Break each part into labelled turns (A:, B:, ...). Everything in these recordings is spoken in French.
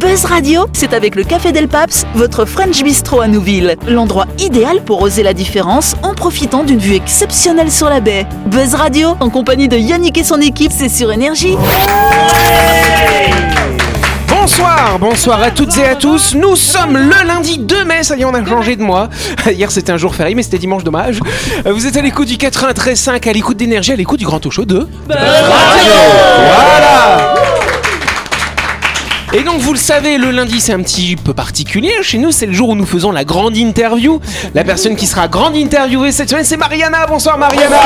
A: Buzz Radio, c'est avec le Café Del Paps, votre French Bistro à Nouville. L'endroit idéal pour oser la différence en profitant d'une vue exceptionnelle sur la baie. Buzz Radio, en compagnie de Yannick et son équipe, c'est sur Énergie.
B: Bonsoir, bonsoir à toutes et à tous. Nous sommes le lundi 2 mai, ça y est, on a changé de mois. Hier c'était un jour férié, mais c'était dimanche, dommage. Euh, Vous êtes à l'écoute du 93.5, à l'écoute d'énergie, à l'écoute du grand talk show de... Voilà et donc vous le savez, le lundi c'est un petit peu particulier. Chez nous c'est le jour où nous faisons la grande interview. La personne qui sera grande interviewée cette semaine c'est Mariana. Bonsoir Mariana.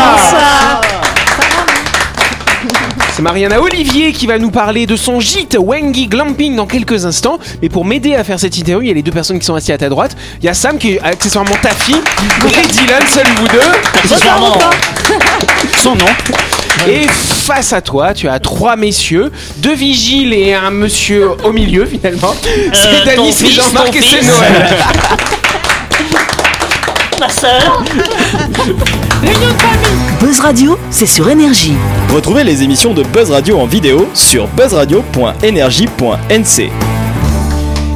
B: C'est Mariana Olivier qui va nous parler de son gîte Wengi Glamping dans quelques instants. Mais pour m'aider à faire cette interview, il y a les deux personnes qui sont assises à ta droite. Il y a Sam qui est accessoirement ta fille et Dylan, seul vous deux.
C: Accessoirement,
B: Son nom. Et face à toi, tu as trois messieurs, deux vigiles et un monsieur au milieu finalement. C'est
C: Euh, ton
B: Dany, c'est
C: fils,
B: Jean-Marc
C: ton
B: et c'est
C: fils.
B: Noël.
C: ma sœur.
A: Buzz Radio, c'est sur Énergie.
D: Retrouvez les émissions de Buzz Radio en vidéo sur buzzradio.energie.nc.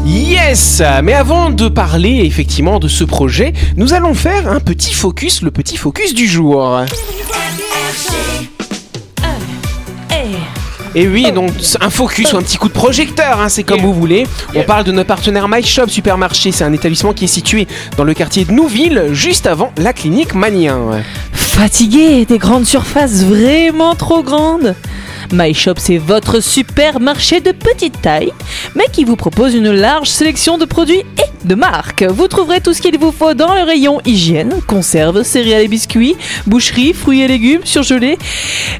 B: Yes Mais avant de parler effectivement de ce projet, nous allons faire un petit focus, le petit focus du jour. Et oui, donc c'est un focus ou un petit coup de projecteur, hein, c'est comme vous voulez. On parle de notre partenaire My Shop Supermarché, c'est un établissement qui est situé dans le quartier de Nouville, juste avant la clinique Manien.
E: Fatigué des grandes surfaces vraiment trop grandes My Shop, c'est votre supermarché de petite taille, mais qui vous propose une large sélection de produits et de marques. Vous trouverez tout ce qu'il vous faut dans le rayon hygiène, conserves, céréales et biscuits, boucherie, fruits et légumes, surgelés.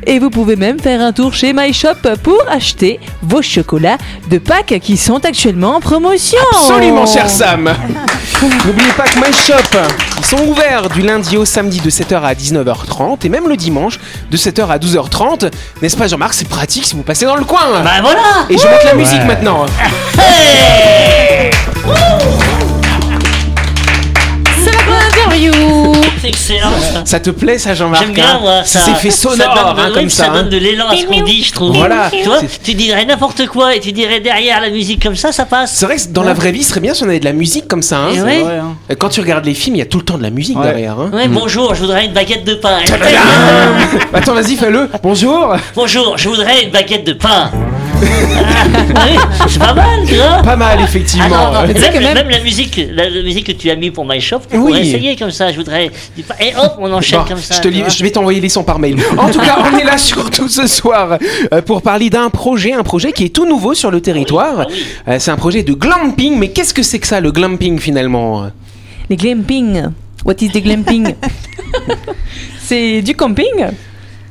E: Et vous pouvez même faire un tour chez My Shop pour acheter vos chocolats de Pâques qui sont actuellement en promotion.
B: Absolument, cher Sam Oh. N'oubliez pas que My Shop, ils sont ouverts du lundi au samedi de 7h à 19h30 et même le dimanche de 7h à 12h30. N'est-ce pas, Jean-Marc C'est pratique si vous passez dans le coin
C: Bah voilà.
B: Et je monte la musique maintenant
E: C'est la bonne interview
C: C'est excellent. ça.
B: Ça te plaît, ça, Jean-Marc
C: J'aime bien
B: hein
C: moi ça.
B: C'est fait sonore,
C: ça donne,
B: hein,
C: oui,
B: comme ça.
C: Ça
B: hein.
C: donne de l'élan à ce qu'on dit, je trouve.
B: Voilà.
C: Tu vois,
B: C'est-
C: tu dirais n'importe quoi et tu dirais derrière la musique comme ça, ça passe.
B: C'est vrai que dans la vraie vie, ce serait bien si on avait de la musique comme ça. Hein.
C: Eh
F: C'est
C: ouais.
F: vrai, hein.
B: Quand tu regardes les films, il y a tout le temps de la musique
F: Ouais.
B: derrière. hein.
C: Ouais, bonjour, je voudrais une baguette de pain.
B: Attends, vas-y, fais-le. Bonjour.
C: Bonjour, je voudrais une baguette de pain. Ah, oui, c'est pas mal, tu vois.
B: Pas hein. mal,
C: Ah non,
B: effectivement.
C: non,
E: tu sais
C: Même,
E: que même-
C: même la musique, la, la musique que tu as mis pour My Shop, tu
B: Oui.
C: pourrais essayer comme ça. Je voudrais. du pain. Et hop, on enchaîne
B: Bon,
C: comme ça.
B: Bah, je, te
C: tu
B: lis-
C: vois.
B: je vais t'envoyer les sons par mail. En tout cas, on est là surtout ce soir euh, pour parler d'un projet, un projet qui est tout nouveau sur le territoire.
C: Ah oui.
B: Euh, C'est un projet de glamping, mais qu'est-ce que c'est que ça, le glamping finalement
E: Les glamping. What is the glamping C'est du camping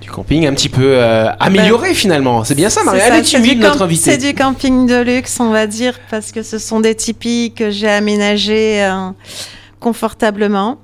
B: Du camping un petit peu euh, amélioré finalement. C'est bien ça, Maria.
G: Ah ben, C'est ça,
B: Allez,
G: c'est
B: tu
G: du
B: es notre
G: camp-
B: invité.
G: C'est du camping de luxe, on va dire, parce que ce sont des tipis que j'ai aménagés euh, confortablement.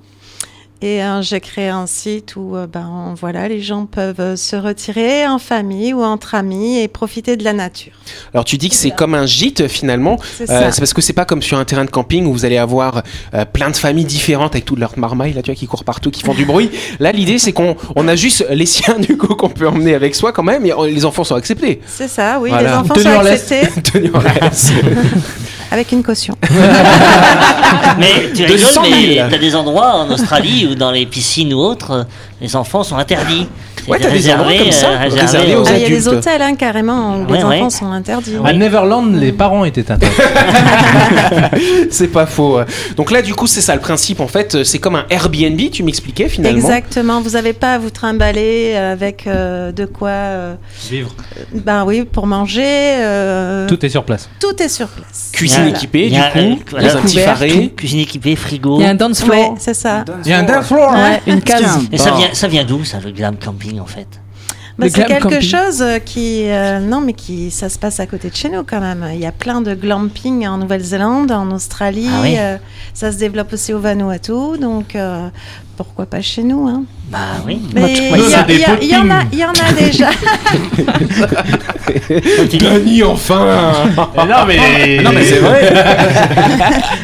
G: Et euh, j'ai créé un site où euh, ben, voilà, les gens peuvent euh, se retirer en famille ou entre amis et profiter de la nature.
B: Alors tu dis que c'est comme un gîte finalement.
G: C'est
B: Euh,
G: ça.
B: C'est parce que c'est pas comme sur un terrain de camping où vous allez avoir euh, plein de familles différentes avec toutes leurs marmailles là, tu vois, qui courent partout, qui font du bruit. Là, l'idée c'est qu'on on a juste les siens du coup qu'on peut emmener avec soi quand même. Et on- les enfants sont acceptés.
G: C'est ça, oui,
B: Voilà.
G: les enfants
F: Tenue
G: sont
F: en laisse.
G: acceptés
B: Tenue en laisse.
G: avec une caution.
C: Mais Ah, tu
B: De
C: rigoles,
B: 100 000.
C: mais t'as des endroits en Australie ou dans les piscines ou autres, euh, les enfants sont interdits. euh,
B: Ouais, t'as des endroits comme ça,
C: réservés
B: réservés aux
G: Ah, il y a des
B: adultes.
G: hôtels, hein, carrément, où
C: Ouais,
G: les
C: ouais.
G: enfants sont interdits.
F: À Neverland, les parents étaient interdits.
B: c'est pas faux. hein. Donc là, du coup, c'est ça le principe. En fait, c'est comme un Airbnb. Tu m'expliquais finalement.
G: Exactement, vous n'avez pas à vous trimballer avec euh, de quoi, euh,
F: Vivre.
G: ben oui, pour manger. euh,
F: Tout est sur place.
G: Tout est sur place.
B: Cuisine
C: Voilà.
B: équipée,
C: Il y
B: du
C: a, euh,
B: coup,
C: voilà,
B: dans un petit
E: couvert,
B: faré.
C: Cuisine équipée, frigo.
E: Il y a un dance floor.
G: Ouais, c'est ça.
F: Il y a un dance floor. hein.
E: Ouais, une case.
C: Et
B: Oh.
C: ça vient, ça vient d'où ça, le glam camping en fait
G: Bah,
E: Le
G: c'est
E: glam
G: quelque
E: camping.
G: chose euh, qui, euh, non, mais qui, ça se passe à côté de chez nous quand même. Il y a plein de glamping en Nouvelle-Zélande, en Australie.
C: Ah oui.
G: euh, ça se développe aussi au Vanuatu, donc euh, pourquoi pas chez nous hein.
C: Bah oui.
G: Mais il y, a- il y a- il y en a- il y en a déjà.
H: Dany, enfin
F: Ah,
I: non, mais.
B: Non, Ah, mais c'est vrai.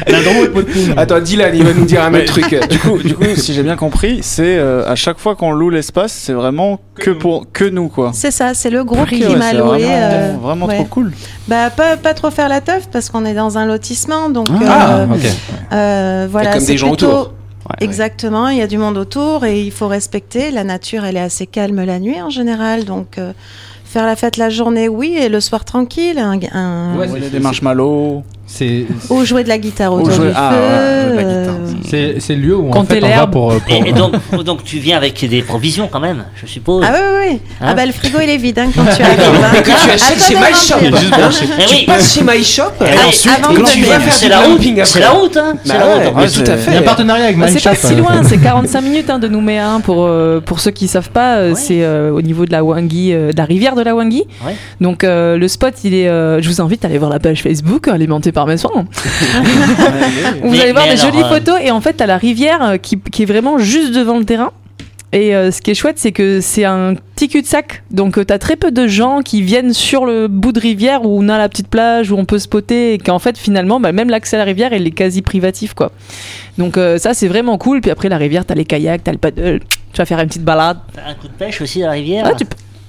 I: La drôle de potine.
B: Attends, Dylan, il va nous dire un autre
D: Mais-
B: truc.
D: Du coup, du coup, si j'ai bien compris, c'est euh, à chaque fois qu'on loue l'espace, c'est vraiment que pour que nous quoi.
G: C'est ça, c'est le groupe
D: Ok,
G: qui
D: ouais,
G: m'a
D: c'est
G: loué.
D: Vraiment,
G: euh,
D: vraiment
G: ouais.
D: trop cool.
G: Bah pas, pas trop faire la teuf parce qu'on est dans un lotissement donc.
D: Ah,
G: euh,
F: ok.
G: euh, voilà.
B: comme
G: c'est
B: des gens
G: plutôt-
B: autour.
G: Exactement, il y a du monde autour et il faut respecter. La nature, elle est assez calme la nuit en général, donc euh, faire la fête la journée, oui, et le soir tranquille. Un, un-
F: Ouais,
D: Des marshmallows.
F: C'est
G: Ou jouer de la guitare autour
D: jouer-
G: du
D: ah,
G: feu.
D: ouais, jouer de la
G: euh,
F: c'est c'est le lieu où en
E: Comptez
F: fait on va
E: l'herbe.
F: pour. euh, pour-
C: Et, et donc, oh, donc tu viens avec des provisions quand même, je suppose.
G: Ah oui, oui, oui.
C: Hein
G: ah bah le frigo il est vide hein, quand tu arrives.
B: Que
G: hein.
B: tu achètes chez
G: Alcool
B: My Shop.
G: éventuel.
C: Eh oui.
B: Tu passes chez My Shop.
C: Eh,
G: Ah,
C: ensuite,
G: avant
B: et
G: de
B: tu
G: venir.
B: vas faire
C: c'est
B: du
C: la honte,
B: camping après.
C: c'est la honte, hein. C'est la
B: Bah ouais,
C: honte.
B: mais
D: Ouais,
B: tout
D: c'est-
B: à
F: Il y a un
B: fait.
F: partenariat avec
E: Bah,
F: My
E: c'est pas
F: Shop,
E: si
F: euh,
E: loin, c'est 45 minutes hein, de Nouméa hein, pour, euh, pour ceux qui savent pas, euh,
C: Ouais.
E: c'est euh, au niveau de la Wangi, euh, de la rivière de la Wangi.
C: Ouais.
E: Donc euh, le spot, il est, euh, je vous invite à aller voir la page Facebook alimentée par mes soins. Vous
C: Mais-
E: allez voir
C: mais
E: des
C: alors,
E: jolies
C: euh,
E: photos et en fait, t'as la rivière euh, qui, qui est vraiment juste devant le terrain. Et euh, ce qui est chouette, c'est que c'est un petit cul-de-sac. Donc, euh, t'as très peu de gens qui viennent sur le bout de rivière où on a la petite plage, où on peut spotter. Et qu'en fait, finalement, bah, même l'accès à la rivière, il est quasi privatif. quoi. Donc, euh, ça, c'est vraiment cool. Puis après, la rivière, t'as les kayaks, t'as le paddle. Tu vas faire une petite balade.
C: Un coup de pêche aussi à la rivière.
E: Ah, tu-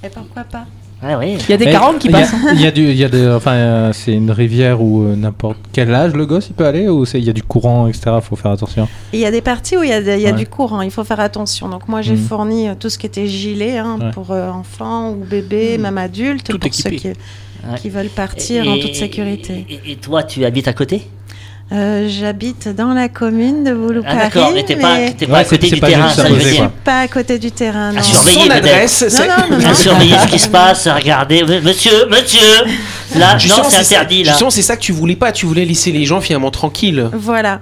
G: Et pourquoi pas
C: Ah oui.
E: Il y a des
F: Mais
E: carangues qui
F: il y a-
E: passent.
F: Il y a du, il y a des, enfin, euh, c'est une rivière où euh, n'importe quel âge le gosse il peut aller ou c'est il y a du courant etc. Faut faire attention.
G: Il y a des parties où il y a, de- il y a
F: Ouais.
G: du courant, il faut faire attention. Donc moi j'ai
F: Mhm.
G: fourni euh, tout ce qui était gilet hein,
F: Ouais.
G: pour euh, enfants ou bébés, même adultes,
B: Tout
G: pour ceux qui,
B: équipé.
C: Mhm. Ouais.
G: qui veulent partir en toute sécurité.
C: Et, et toi, tu habites à côté
G: Euh, J'habite dans la commune de
C: Ah
G: Boulouparis,
C: d'accord, mais t'es pas, t'es pas
F: Ouais,
C: à
F: c'est-
C: côté
F: c'est
C: du
F: pas
C: terrain,
F: juste
C: ça
F: à
C: je veux
F: poser,
C: dire.
F: quoi.
G: pas à côté du terrain. Non.
C: À surveiller
B: Son
C: peut-être.
B: adresse,
G: Non,
B: c'est.
G: non, non,
C: À
G: non.
C: surveiller ce qui se passe, à regarder. M- Monsieur, monsieur Là,
B: Justement,
C: Ah, non, c'est
B: ça-
C: interdit là.
B: Justement, c'est ça que tu voulais pas. Tu voulais laisser les gens finalement tranquilles.
G: Voilà,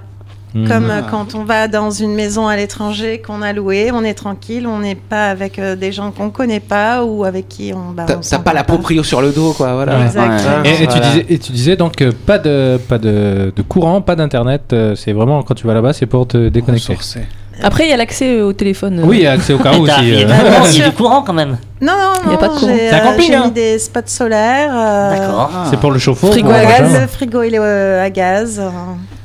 F: Mhm.
G: comme euh, quand on va dans une maison à l'étranger qu'on a louée, on est tranquille, on n'est pas avec euh, des gens qu'on connaît pas ou avec qui on... Bah,
B: T'as
G: on
B: t'as
G: s'entend
B: pas la proprio sur le dos, quoi. Voilà.
G: Exactement.
B: Ouais.
F: Et, et tu
B: Voilà.
F: disais, et tu disais donc euh, pas de pas de, de courant, pas d'internet. euh, c'est vraiment quand tu vas là-bas, c'est pour te déconnecter.
E: Après, il y a l'accès euh, au téléphone. euh,
F: Oui, il y a accès au cas
C: Mais
F: où
C: t'as-
F: aussi.
C: il y a
F: euh.
C: du courant,
G: Bien
C: il y a
G: sûr.
C: du courant quand même.
G: Non, non, non.
E: Y a pas de courant.
G: J'ai
E: C'est un
G: euh,
E: camping,
G: j'ai
E: hein.
G: mis des spots solaires. euh,
C: D'accord.
D: Ah,
F: C'est pour le chauffe-eau.
E: Frigo
F: pour
E: à
F: le
E: gaz.
F: machin.
G: Le frigo, il est euh, à gaz.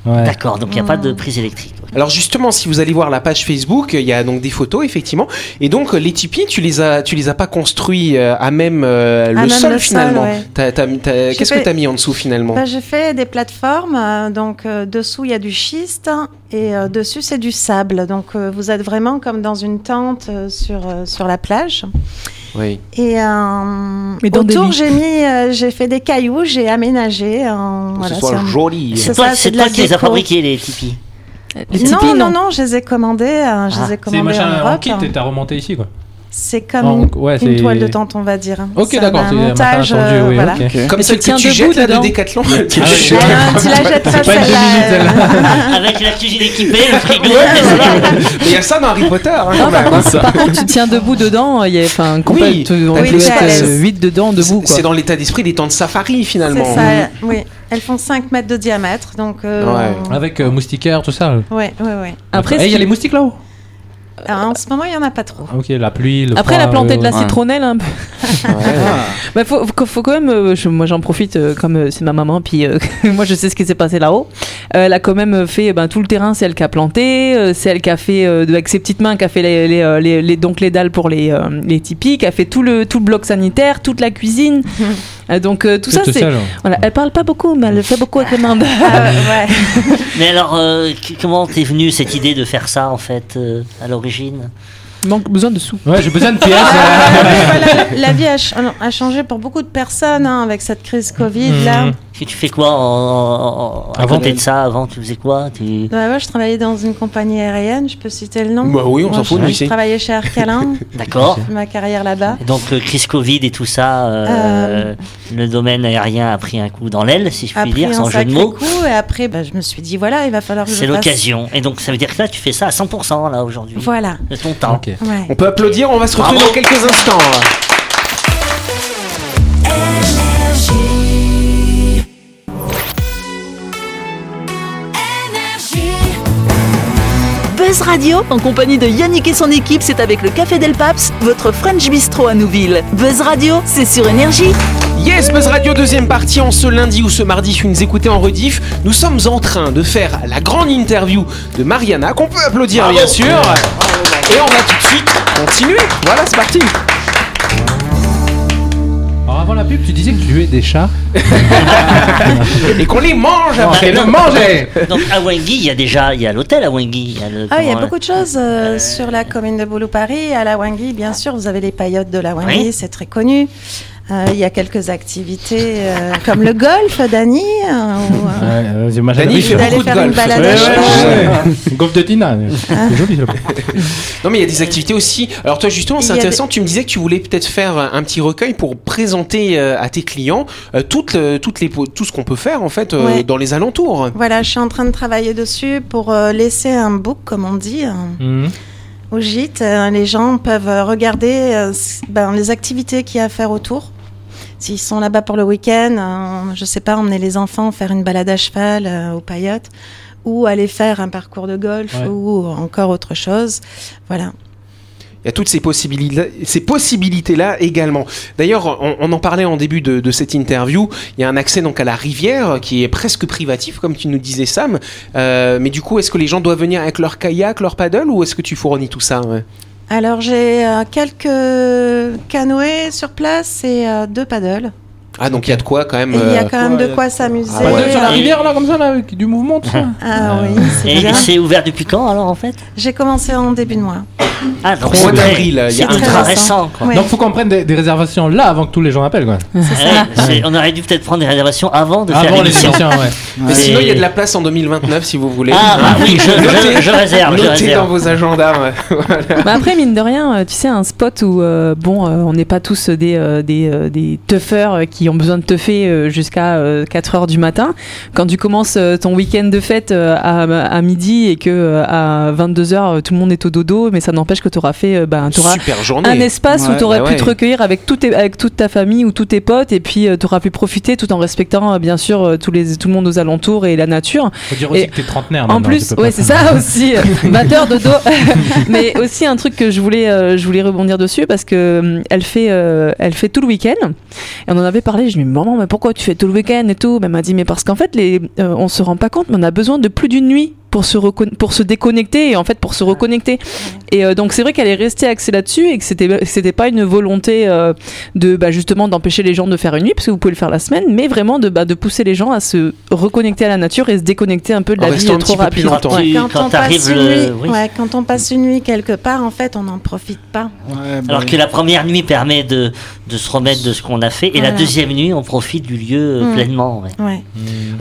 F: Ouais.
C: D'accord, donc il n'y a pas de prise électrique.
B: Alors justement, si vous allez voir la page Facebook, il y a donc des photos effectivement, et donc euh, les tipis, tu les as, tu les as pas construits euh, à même euh, le
G: même
B: sol
G: le sol,
B: finalement.
G: ouais.
B: T'as- t'as- t'as-
G: J'ai
B: Qu'est-ce que
G: fait-
B: t'as mis en dessous finalement
G: Bah, J'ai fait des plateformes. euh, donc, euh, dessous, il y a du schiste. hein, Et euh, dessus, c'est du sable. Donc, euh, vous êtes vraiment comme dans une tente euh, sur, euh, sur la plage.
B: Oui.
G: Et euh,
E: Mais dans des
G: autour,
E: lits.
G: j'ai mis, euh, j'ai fait des cailloux, j'ai aménagé.
B: Pour
G: en
B: que
G: voilà,
B: ce soit
G: c'est un-
B: joli. euh.
G: c'est
C: Toi,
G: ça,
C: c'est
G: de
C: toi
G: la
C: qui les as
G: déco.
C: fabriqués, les tipis.
E: les
G: non,
E: tipis,
G: non, non, je les ai commandés, euh,
C: Ah.
G: je les ai
F: C'est des
G: commandés
F: machins
G: en
F: en
G: Europe. hein.
F: kit et t'as remonté ici quoi.
G: C'est comme
F: En-
G: une,
F: ouais,
G: une
F: Ah, c'est-
G: toile de tente, on va dire.
F: Ok,
G: C'est
F: d'accord.
G: Un
F: c'est un
G: montage,
F: matin
G: euh,
F: attendu, oui,
G: voilà.
F: ok.
B: Comme
E: Et
B: celle
E: se
B: que
E: tient
B: tu
E: debout
B: jettes là de
E: dedans.
B: Décathlon.
G: Ah non, tu la jettes pas,
F: Pas une
G: celle-là,
F: Gemini,
G: euh,
F: celle-là.
C: Avec la cuisine équipée, le frigo, le solaire.
B: Mais il y a ça dans Harry Potter. hein,
E: Non,
B: quand
E: par,
B: même, hein.
E: contre, par contre, tu tiens debout dedans. Il y a, enfin, qu'on
B: Oui,
E: peut- on
G: oui,
E: peut
G: t'es à
E: être,
G: l'aise.
E: euh, huit dedans, debout.
B: C'est
E: Quoi.
B: dans l'état d'esprit des temps de safari finalement.
G: C'est ça, oui. Elles font 5 mètres de diamètre, donc... euh,
B: Ouais.
G: on-
F: Avec euh, moustiquaires, tout ça.
G: Ouais, ouais, ouais.
E: Après,
F: Eh, il y a
E: si-
F: les moustiques là-haut.
G: Alors, en ce moment, il n'y en a pas trop.
F: Ah, Ok, la pluie, le
E: Après la
F: froid,
E: plantée
F: ouais,
E: de la
F: ouais.
E: citronnelle, un peu. Bah, faut, faut- faut quand même. euh, je- moi, j'en profite euh, comme euh, c'est ma maman, puis euh, moi je sais ce qui s'est passé là-haut. Euh, elle a quand même fait eh ben, tout le terrain. C'est elle qui a planté, euh, c'est elle qui a fait euh, de- avec ses petites mains, qui a fait les, les, euh, les- les- donc les dalles pour les euh, les tipis, qui a fait tout le tout le bloc sanitaire, toute la cuisine. Euh, donc euh, tout ça,
F: Toute
E: c'est.
F: seule.
E: Voilà, elle parle pas beaucoup, mais elle le fait beaucoup avec les mains.
G: Ah, ouais.
C: Mais alors, euh, qu- comment t'es venue cette idée de faire ça en fait euh, à l'origine
E: Manque besoin de sous.
F: Ouais, j'ai besoin de pièces.
G: Ah, mais voilà, la vie a, ch- a changé pour beaucoup de personnes hein, avec cette crise Covid. Là,
F: Mhm.
C: Parce que tu fais quoi en, en- en- à
F: Avant
C: côté de ça Avant, tu faisais quoi tu...
G: Bah ouais, je travaillais dans une compagnie aérienne, je peux citer le nom.
B: Bah oui, on
G: Moi,
B: s'en fout,
G: je-
B: nous,
G: Je
B: ici.
G: travaillais chez Air Calin,
C: D'accord.
G: ma carrière là-bas.
C: Et Donc, euh, crise Covid et tout ça, euh,
G: Euh.
C: le domaine aérien a pris un coup dans l'aile, si je puis
G: Après
C: dire,
G: un
C: sans jeu de
G: sacré
C: mots.
G: coup, et après, bah, je me suis dit, voilà, il va falloir que je
C: C'est
G: fasse-
C: l'occasion. Et donc, ça veut dire que là, tu fais ça à 100% là aujourd'hui.
G: Voilà.
C: De ton temps.
F: Ah, Ok.
G: Ouais.
B: On peut applaudir, on va se retrouver
C: Bravo.
B: dans quelques instants.
A: Buzz Radio, en compagnie de Yannick et son équipe, c'est avec le Café Del Paps, votre French Bistro à Nouville. Buzz Radio, c'est sur Énergie.
B: Yes, Buzz Radio, deuxième partie en ce lundi ou ce mardi, si vous nous écoutez en rediff. Nous sommes en train de faire la grande interview de Mariana, qu'on peut applaudir bien sûr. Et on va tout de suite continuer. Voilà, c'est parti.
F: Alors avant la pub, tu disais que tu es des chats.
B: Et qu'on les mange après.
I: le manger
C: Donc à Wengui, il y a déjà il y a l'hôtel à Wengui. il y a le-
G: Ah, il y a
C: comment-
G: beaucoup de choses euh, sur la commune de Boulou-Paris. À la Wangui, bien sûr, vous avez les paillotes de la Wangui,
C: Oui.
G: c'est très connu. Euh, Il y a quelques activités euh, comme le golf, Dani. euh, ou, euh,
F: c'est ma
B: Dani, il fait
G: D'aller
B: beaucoup de
G: faire une
B: golf.
G: balade
F: Ouais,
G: à
F: ouais,
G: cheval.
F: ouais. Golf de Tina. C'est joli. ça.
B: Non mais il y a des activités aussi. Alors toi justement
G: Il
B: c'est
G: y a
B: intéressant, tu me disais que tu voulais peut-être faire euh, un petit recueil pour présenter euh, à tes clients euh, toutes, euh, toutes les, po- tout ce qu'on peut faire en fait euh,
G: Ouais.
B: dans les alentours.
G: Voilà, je suis en train de travailler dessus pour euh, laisser un book, comme on dit, euh,
F: Mhm.
G: au gîte. Euh, les gens peuvent euh, regarder euh, s- ben, les activités qu'il y a à faire autour. S'ils sont là-bas pour le week-end, euh, je sais pas, emmener les enfants, faire une balade à cheval euh, aux paillotes, ou aller faire un parcours de golf,
F: Ouais.
G: ou encore autre chose. Voilà.
B: Il y a toutes ces, possibilités, ces possibilités-là également. D'ailleurs, on, on en parlait en début de, de cette interview, il y a un accès donc à la rivière euh, qui est presque privatif, comme tu nous disais Sam. Euh, mais du coup, est-ce que les gens doivent venir avec leur kayak, leur paddle, ou est-ce que tu fournis tout ça ouais
G: Alors j'ai euh, quelques canoës sur place et euh, deux paddles.
B: Ah, donc il y a de quoi quand même.
G: Et il y a
B: euh,
G: quand même
F: quoi,
G: de
F: Ah y a
G: quoi s'amuser.
F: Pas de- sur la
C: Et-
F: rivière là comme ça là, avec du mouvement tout ça.
G: Ah oui, c'est
C: Et
G: bien.
C: c'est ouvert depuis quand alors en fait
G: J'ai commencé en début de mois.
C: Ah donc
B: Au mois
C: c'est
B: d'avril,
C: très-
B: il y a
C: c'est
B: un
C: ultra
B: train.
C: récent quoi.
G: Ouais.
F: Donc faut qu'on prenne des, des réservations là avant que tous les gens appellent quoi.
G: Ah
C: Ouais, c'est- on aurait dû peut-être prendre des réservations avant de faire
F: Avant les
C: l'émission.
F: émissions, ouais.
B: Mais
C: C'est-
B: sinon, il y a de la place en 2029 si vous voulez.
C: Ah bah oui, je, je-
B: Notez-
C: je réserve, je
B: Notez dans
C: réserve.
B: vos agendas. ouais.
E: Bah après, mine de rien, euh, tu sais, un spot où, euh, bon, euh, on n'est pas tous des, euh, des, euh, des teufeurs euh, qui ont besoin de teuffer euh, jusqu'à 4 heures du matin. Quand tu commences euh, ton week-end de fête euh, à, à midi et que euh, à 22 heures, euh, tout le monde est au dodo, mais ça n'empêche que tu auras fait, euh, ben, t'auras
B: Super
E: un
B: journée.
E: espace
D: Ouais,
E: où tu aurais
B: bah
E: pu
B: ouais.
E: te recueillir avec, tout tes- avec toute ta famille ou tous tes potes et puis tu auras pu profiter tout en respectant euh, bien sûr euh, tous les, tout le monde aux alentours et la nature
F: Faut dire aussi
E: Et
F: que t'es trentenaire.
E: en
F: maintenant, tu
E: plus,
F: peux pas
E: ouais,
F: faire
E: c'est ça aussi, batteur de dos. Mais aussi un truc que je voulais, euh, je voulais rebondir dessus parce que hum, elle fait, euh, elle fait tout le week-end. Et on en avait parlé. Je lui ai dit, maman, mais pourquoi tu fais tout le week-end et tout Mais Elle m'a dit, mais parce qu'en fait, les, euh, on se rend pas compte, mais on a besoin de plus d'une nuit pour se recon- pour se déconnecter et en fait pour se reconnecter. Et euh, donc c'est vrai qu'elle est restée axée là-dessus et que c'était c'était pas une volonté euh, de bah, justement d'empêcher les gens de faire une nuit parce que vous pouvez le faire la semaine, mais vraiment de bah, de pousser les gens à se reconnecter à la nature et se déconnecter un peu de
B: En
E: la vie
B: restant
E: euh,
B: un petit
E: trop
B: peu plus
E: rapide.
B: longtemps.
C: Ouais.
G: Quand,
C: Quand
G: on
C: t'arrives
G: passe une
C: le-
G: nuit,
C: oui.
G: ouais, quand on passe une nuit quelque part, en fait, on n'en profite pas.
D: bah,
C: Alors que la première nuit permet de, de se remettre de ce qu'on a fait, et la
G: Voilà.
C: deuxième nuit, on profite du lieu euh,
G: Mm.
C: pleinement. ouais.
G: Ouais.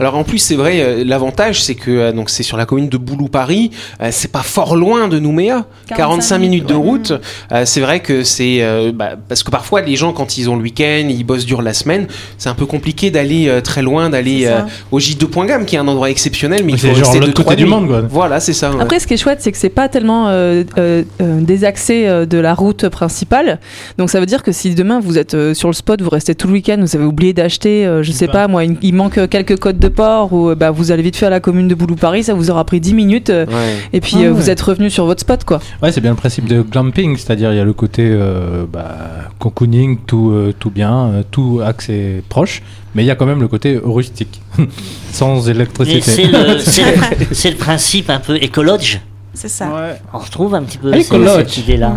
B: Alors en plus c'est vrai, euh, l'avantage c'est que euh, donc c'est sur la commune de Boulou Paris, euh, c'est pas fort loin de Nouméa, 45,
E: 45
B: minutes de route. Euh, c'est vrai que c'est euh, bah, parce que parfois les gens quand ils ont le week-end, ils bossent dur la semaine, c'est un peu compliqué d'aller euh, très loin, d'aller
G: C'est ça.
B: euh, au gîte de Poingam qui est un endroit exceptionnel, mais il
F: C'est
B: faut
F: genre
B: rester
F: l'autre
B: deux,
F: côté
B: trois
F: du
B: nuits.
F: monde, quoi.
B: Voilà c'est ça. ouais.
E: Après, ce qui est chouette, c'est que c'est pas tellement euh, euh, euh, désaxé euh, de la route principale. Donc, ça veut dire que si demain vous êtes euh, sur le spot, vous restez tout le week-end, vous avez oublié d'acheter, euh, je sais
F: pain.
E: pas, moi, une- il manque euh, quelques côtes de porc ou euh, bah, vous allez vite faire la commune de Boulou-Paris, ça vous aura pris 10 minutes euh,
B: Ouais.
E: et puis
F: Ah
E: euh,
F: ouais.
E: vous êtes revenu sur votre spot, quoi.
F: Ouais, c'est bien le principe de glamping, c'est-à-dire il y a le côté euh, bah, cocooning, tout, euh, tout bien, euh, tout accès proche, mais il y a quand même le côté rustique, sans
C: Et
F: électricité.
C: c'est le, c'est le- c'est le principe un peu écologe.
G: C'est ça.
C: On retrouve un petit peu
F: Allez,
C: ce-
F: Colotte.
C: cette idée-là.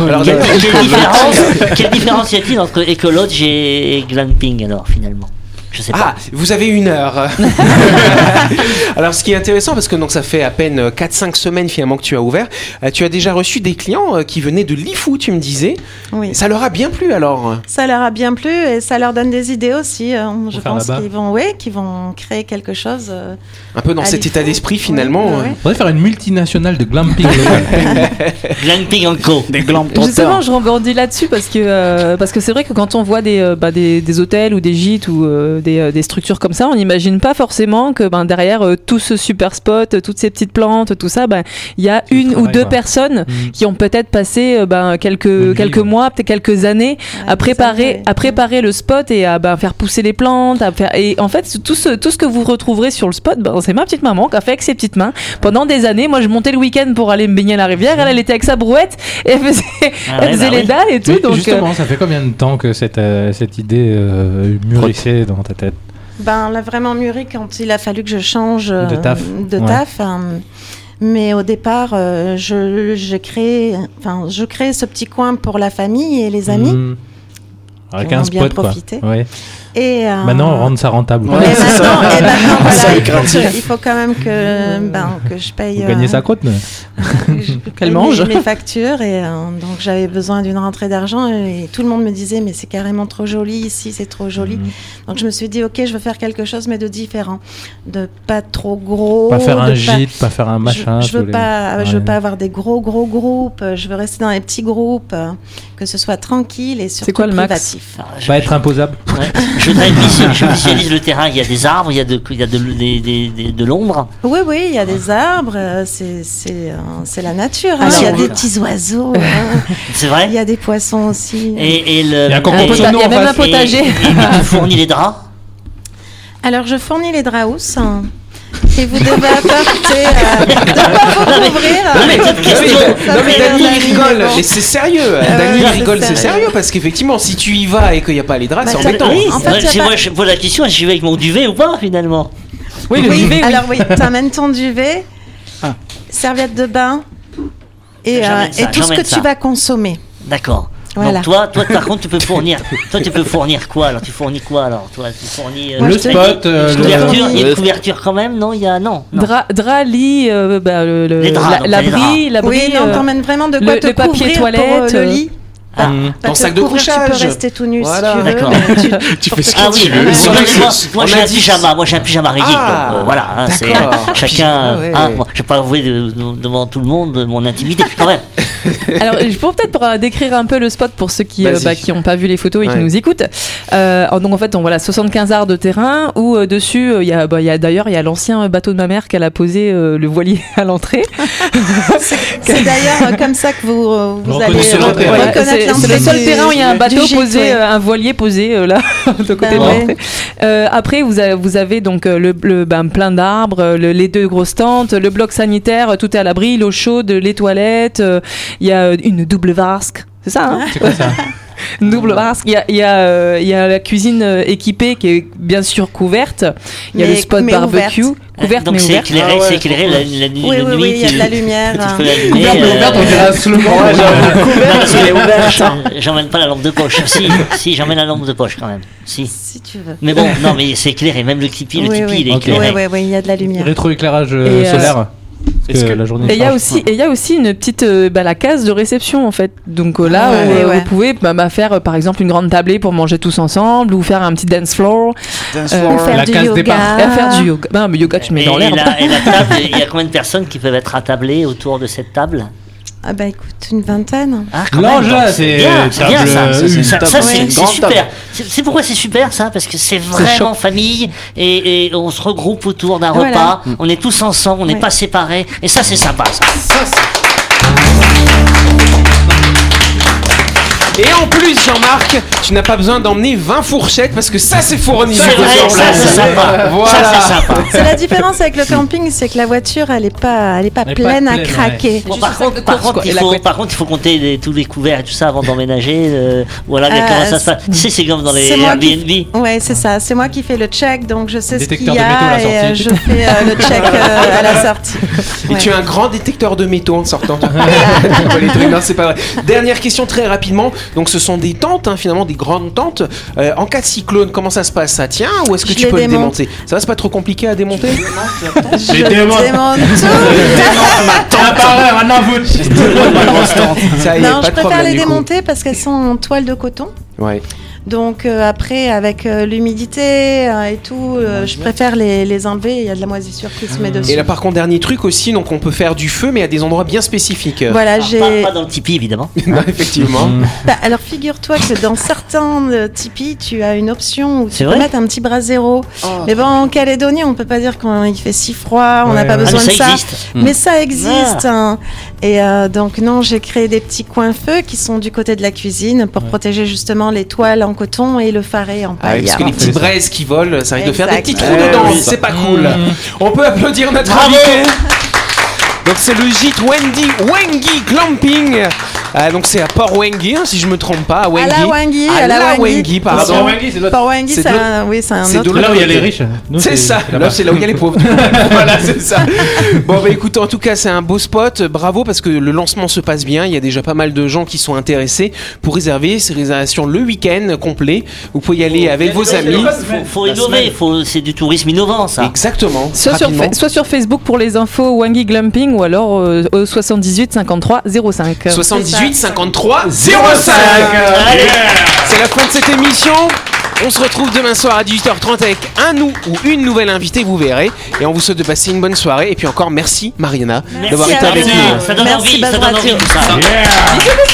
B: Alors,
C: Quelle,
B: d'ailleurs,
C: quelle différence, quelle différence y a-t-il entre écologe et, et glamping alors finalement Je sais
B: Ah,
C: pas.
B: vous avez une heure. Alors, ce qui est intéressant, parce que donc ça fait à peine euh, 4-5 semaines finalement que tu as ouvert, euh, tu as déjà reçu des clients euh, qui venaient de l'IFU, tu me disais.
G: Oui.
B: Ça leur a bien plu alors.
G: Ça leur a bien plu et ça leur donne des idées aussi. euh, je
F: faire
G: pense
F: là-bas.
G: qu'ils vont, ouais, qu'ils vont créer quelque chose. euh,
B: Un peu dans
G: à
B: cet
G: l'IFU.
B: état d'esprit
G: Oui,
B: finalement. euh.
G: ouais, ouais.
F: On pourrait faire une multinationale de glamping. locale.
E: Ah.
C: Glamping en co.
D: Des glandes
E: Justement, je rebondis là-dessus parce que euh, parce que c'est vrai que quand on voit des, euh, bah, des, des hôtels ou des gîtes ou euh, des, euh, des structures comme ça, on n'imagine pas forcément que ben, derrière euh, tout ce super spot, euh, toutes ces petites plantes, tout ça, ben, il y a
F: du
E: une ou
F: travail,
E: deux
F: quoi.
E: personnes qui ont peut-être passé euh, ben,
F: Une
E: quelques,
F: vie,
E: quelques
F: ouais.
E: mois, peut-être quelques années à préparer, à préparer le spot et à ben, faire pousser les plantes. À faire... Et en fait, tout ce, tout ce que vous retrouverez sur le spot, ben, c'est ma petite maman qui a fait avec ses petites mains. Pendant des années, moi je montais le week-end pour aller me baigner à la rivière, elle, elle était avec sa brouette et elle faisait,
C: Ah
E: elle
C: ouais, bah
E: faisait les
C: oui.
E: dalles et tout.
F: Mais
E: donc, euh,
F: justement, ça fait combien de temps que cette, euh, cette idée euh, mûrissait dans ta tête
G: Ben, elle a vraiment mûri quand il a fallu que je change euh,
F: De taf.
G: de
F: Ouais.
G: taf, hein. Mais au départ, euh, je, je crée, enfin, je crée ce petit coin pour la famille et les amis.
F: Hmm. Avec
G: Qui en
F: un
G: ont bien
F: spot, quoi.
G: profité.
F: Ouais.
G: Et euh,
F: Maintenant, on rendre ça rentable.
G: mais maintenant, et maintenant, voilà,
I: Ça, les
G: il, faut
I: créatifs.
G: que- il faut quand même que, ben, que je paye.
F: Vous gagnez
G: euh,
F: sa croûte mais-
E: Qu'elle
G: mes-
E: mange.
G: mes, factures et euh, donc j'avais besoin d'une rentrée d'argent et tout le monde me disait mais c'est carrément trop joli ici c'est trop joli
F: Mm.
G: donc je me suis dit ok je veux faire quelque chose mais de différent de pas trop gros
F: Pas faire
G: Oh, de
F: un gîte, pas faire un machin.
G: je, je veux
F: tous les-
G: pas je veux
F: Ouais.
G: pas avoir des gros gros groupes euh, je veux rester dans les petits groupes euh, que ce soit tranquille et surtout
E: quoi le max
G: privatif
C: Ah, je-
F: Pas Bah, être imposable.
C: Ouais. Je, voudrais visu- je visualise le terrain, il y a des arbres, il y a de, il y a de, des- des- des- de l'ombre.
G: oui oui il y a des arbres euh, c'est c'est euh, c'est la nature hein.
C: Alors,
G: il y a
C: on-
G: des petits oiseaux hein.
C: C'est
G: il y
C: vrai
G: a des poissons aussi
C: Et, et le,
F: Il y a un
E: Un
F: On peut
E: pota-
F: nous,
E: il y a
F: en
E: même
F: face.
E: un potager.
C: Et, et- mais tu fournis les draps
G: Alors, je fournis les draus. hein, Et vous devez apporter. Euh, de quoi vous couvrir
B: Non mais,
G: euh,
B: non, mais-
G: ça
B: Ah non, mais
G: fait
B: Dany
G: l'air d'un
B: il rigole,
G: animal.
B: mais c'est sérieux.
G: ouais,
B: Dany
G: Ah ouais,
B: rigole,
G: c'est
B: c'est
G: sérieux.
B: sérieux parce qu'effectivement, si tu y vas et qu'il n'y a pas les draps,
G: Bah,
B: c'est
G: ça-
B: embêtant.
G: oui. en fait,
C: Ouais,
G: il y a
C: si
G: pas-
C: moi je pose la question, j'y vais avec mon duvet ou pas finalement
E: oui, le duvet, oui.
G: Alors, oui, t'amènes ton duvet, serviette de bain et, euh,
C: J'emmène ça,
G: et tout ce
C: j'emmène
G: que
C: ça.
G: tu vas consommer.
C: D'accord.
G: Voilà.
C: Donc toi, toi par contre, tu peux fournir. toi, tu peux fournir quoi alors Tu fournis quoi alors Toi, tu fournis euh,
G: Moi,
F: Le
G: je fais-
F: spot, euh,
C: une
F: le-
C: couverture. Il y a
I: le-
C: une couverture quand même Non, il y a non.
G: Bah,
C: non.
E: euh, Dra, dra, lit, euh, bah, le, le-
C: Les draps,
E: la-
C: donc,
E: l'abri,
C: les draps.
E: l'abri,
G: oui, non,
E: euh,
G: t'emmènes vraiment de quoi
E: le-
G: te
E: le papier
G: couvrir
E: toilette,
G: pour euh,
E: euh,
G: le lit.
C: Ah.
F: Hmm.
G: Pas
B: Dans
G: te
B: sac de
G: couvrir,
B: couchage.
G: Tu peux rester tout nu
B: Voilà.
G: si tu veux.
C: D'accord.
G: mais tu-
I: Tu fais ce que
C: Ah
I: tu
C: oui,
I: veux.
C: mais
I: C'est
C: moi,
I: vrai que
C: moi,
I: c'est-
C: moi,
B: on
C: j'ai
B: a
C: un
B: dit-
C: pyjama, moi j'ai un pyjama rigide,
B: Ah,
C: donc euh, voilà, hein, c'est
B: d'accord.
C: chacun.
B: Ah ouais.
C: hein, moi, je vais pas avouer de- de- devant tout le monde mon intimité quand même.
E: Alors, je pourrais peut-être pour, euh, décrire un peu le spot pour ceux qui n'ont
B: Vas-y.
E: qui ont pas vu les photos et qui
B: Ouais.
E: nous écoutent. Euh, donc, en fait, on voilà 75 arts de terrain où euh, dessus, euh, il y a, bah, il y a d'ailleurs, il y a l'ancien bateau de ma mère qu'elle a posé euh, le voilier à l'entrée.
G: C'est d'ailleurs euh, comme ça que vous, euh, vous allez
B: reconnaissez
G: euh,
B: le terrain.
E: Voilà, c'est
G: reconnaître
E: c'est le seul
G: l'entrée
E: terrain où il y a un
G: du
E: bateau
G: gîte,
E: posé,
G: ouais.
E: euh, un voilier posé euh, là, de côté de
G: Bah ouais.
E: l'entrée. Euh, après, vous avez, vous avez donc euh, le, le- ben, plein d'arbres, euh, le- les deux grosses tentes, le bloc sanitaire, euh, tout est à l'abri, l'eau chaude, les toilettes, euh, il y a euh, une double vasque. C'est ça, hein
F: C'est quoi ça
E: Une double vasque. Il y a, il y a, euh, il y a la cuisine euh, équipée qui est bien sûr couverte. Il y a
G: Mais-
E: le spot
G: mais
E: barbecue,
G: ouverte.
E: couverte
C: Donc
E: mais
C: c'est
E: ouverte.
C: éclairé,
I: Ah ouais.
C: c'est éclairé la, la nuit.
G: Oui,
C: la
G: oui,
C: nuit
G: oui, il y a
C: tu-
G: de la lumière.
C: tu
G: hein.
C: peux l'allumer, euh, Non, parce que- Attends, J'emmène pas la lampe de poche. Si, si, j'emmène la lampe de poche quand même. Si.
G: Si tu veux.
C: Mais bon, non, mais c'est éclairé. Même le tipi, le
G: oui,
C: tipi,
G: oui.
C: il est
F: Ok.
G: Oui,
C: éclairé.
G: oui, oui, il y a de la lumière.
F: Rétroéclairage euh,
E: Et, euh,
F: solaire. Parce
I: est-ce
F: que
I: que-
F: la journée
E: Et il y a
F: change.
E: aussi, et il y a aussi une petite euh, bah, la case de réception en fait. Donc euh, là,
G: Ouais,
E: où, euh,
G: Ah, ouais.
E: vous pouvez bah, bah, faire euh, par exemple une grande tablée pour manger tous ensemble ou faire un petit dance floor,
G: Ou
E: euh,
G: faire
F: la
G: du
F: case
G: yoga.
E: et faire du yoga. Non, mais yoga tu mets
C: Et,
E: dans
C: et
E: l'air.
C: la, et la table, il y a combien de personnes qui peuvent être attablées autour de cette table
G: Ah bah écoute, une vingtaine.
C: ah,
F: L'ange,
C: donc,
F: c'est
C: bien, c'est bien
F: table,
C: ça.
F: euh, une
C: Ça,
F: table.
C: ça,
G: Ouais.
C: c'est
G: Une
C: c'est
I: grande
C: super.
I: table.
C: C'est c'est pourquoi c'est super ça Parce que c'est vraiment famille et, et on se regroupe autour d'un
G: Voilà. Mm.
C: repas. On est tous ensemble, on n'est
G: Ouais.
C: pas séparés. Et ça, c'est sympa. Ça.
B: Et en plus, Jean-Marc, tu n'as pas besoin d'emmener 20 fourchettes parce que ça c'est fourni.
C: C'est vrai, ça, c'est sympa.
B: Voilà.
C: Ça, c'est sympa.
G: C'est la différence avec le camping, c'est que la voiture, elle est pas, elle est pas,
F: Elle est pas
G: pleine, à
F: pleine, ouais.
G: craquer.
C: Bon,
E: Juste
C: par,
E: le sac
C: contre,
E: de
C: par,
E: course,
C: contre,
E: quoi, et
C: il
E: la
C: faut,
E: couette.
C: par contre, il faut compter les- tous les couverts et tout ça avant d'emménager. euh, voilà bien
G: Ah,
C: comment ça se passe. Tu sais, c'est comme dans les
G: c'est moi qui-
C: Airbnb.
G: Ouais, c'est ça. C'est moi qui fais le check, donc je sais
F: Détecteur
G: ce qu'il y
F: de métaux à
G: a
F: la
G: et euh,
F: sortie.
G: je fais euh, le check euh, à la sortie.
B: Et tu as un grand détecteur de métaux en sortant. Ouais, les trucs, non, c'est pas vrai. Dernière question très rapidement. Donc, ce sont des tentes, hein, finalement, des grandes tentes. Euh, en cas de cyclone, comment ça se passe Ça tient ou est-ce que
G: Je
B: tu
G: les
B: peux le
G: démonte.
B: démonter Ça va, c'est pas trop compliqué à démonter
G: Je
I: Les démonte.
G: démonte tout.
I: Un par un, maintenant vous.
B: Ça y est, pas
G: Non, je
B: de
G: préfère
B: problème,
G: les
B: du coup.
G: démonter parce qu'elles sont en toile de coton.
B: Ouais.
G: Donc euh, après, avec euh, l'humidité euh, et tout, euh, je préfère les, les enlever. Il y a de la moisissure qui se met dessus.
B: Et là, par contre, dernier truc aussi, donc on peut faire du feu, mais à des endroits bien spécifiques.
G: Voilà,
C: Alors,
G: j'ai.
C: Ah, pas, pas dans le Tipeee, évidemment.
B: Non, effectivement.
F: Hmm.
G: Bah, alors figure-toi que dans certains euh, Tipeee, tu as une option où
C: C'est
G: tu peux
C: vrai
G: mettre un petit bras zéro. Mais bon, en Calédonie, on peut pas dire quand il fait si froid, on n'a
F: Ouais,
G: pas
F: ouais.
C: Ah, mais
G: besoin
C: ça
G: de ça.
C: existe.
G: Mais ça existe. hein. Et euh, donc non, j'ai créé des petits coins feu qui sont du côté de la cuisine pour protéger justement les toiles en coton et le faré en
B: Ah oui,
G: paille.
B: parce que les petites braises qui volent, ça risque de faire des petits
G: Exact.
B: trous
D: Eh
B: dedans,
D: oui.
B: c'est pas cool. On peut applaudir notre invité. Donc c'est le gîte Wendy Wengi Glamping. Ah, donc c'est à Port Wengi, hein, si je me trompe
F: Ah,
B: pas, à Wengi. Ah,
G: la Wengi, à la Wengi.
B: pardon.
G: Port Wangi,
B: C'est
G: c'est
B: de
G: un- oui, c'est un
B: c'est de
G: autre.
B: l'autre
F: Là où il y a
B: côté.
F: les riches. Nous,
B: C'est ça,
F: là-bas.
B: là c'est là où il y a les pauvres. voilà, c'est ça. Bon bah écoute, en tout cas c'est un beau spot, bravo parce que le lancement se passe bien, il y a déjà pas mal de gens qui sont intéressés pour réserver, c'est réservation le week-end complet, vous pouvez Oh, y aller avec vos amis.
C: Faut, faut innover, faut- c'est du tourisme innovant, ça.
B: Exactement.
E: Soit sur,
B: rapidement.
E: fa- soit sur Facebook pour les infos Wangi Glumping ou alors euh, au 78 53 05.
B: 78 53 05
C: Allez.
B: C'est la fin de cette émission. On se retrouve demain soir à 18h30 avec un ou ou une nouvelle invitée, vous verrez. Et on vous souhaite de passer une bonne soirée. Et puis encore merci Mariana d'avoir été
G: à
B: avec
G: vous.
B: nous.
C: Ça donne
G: Merci,
C: envie, ça
G: Buzz
C: donne envie,
G: Radio.
C: tout ça.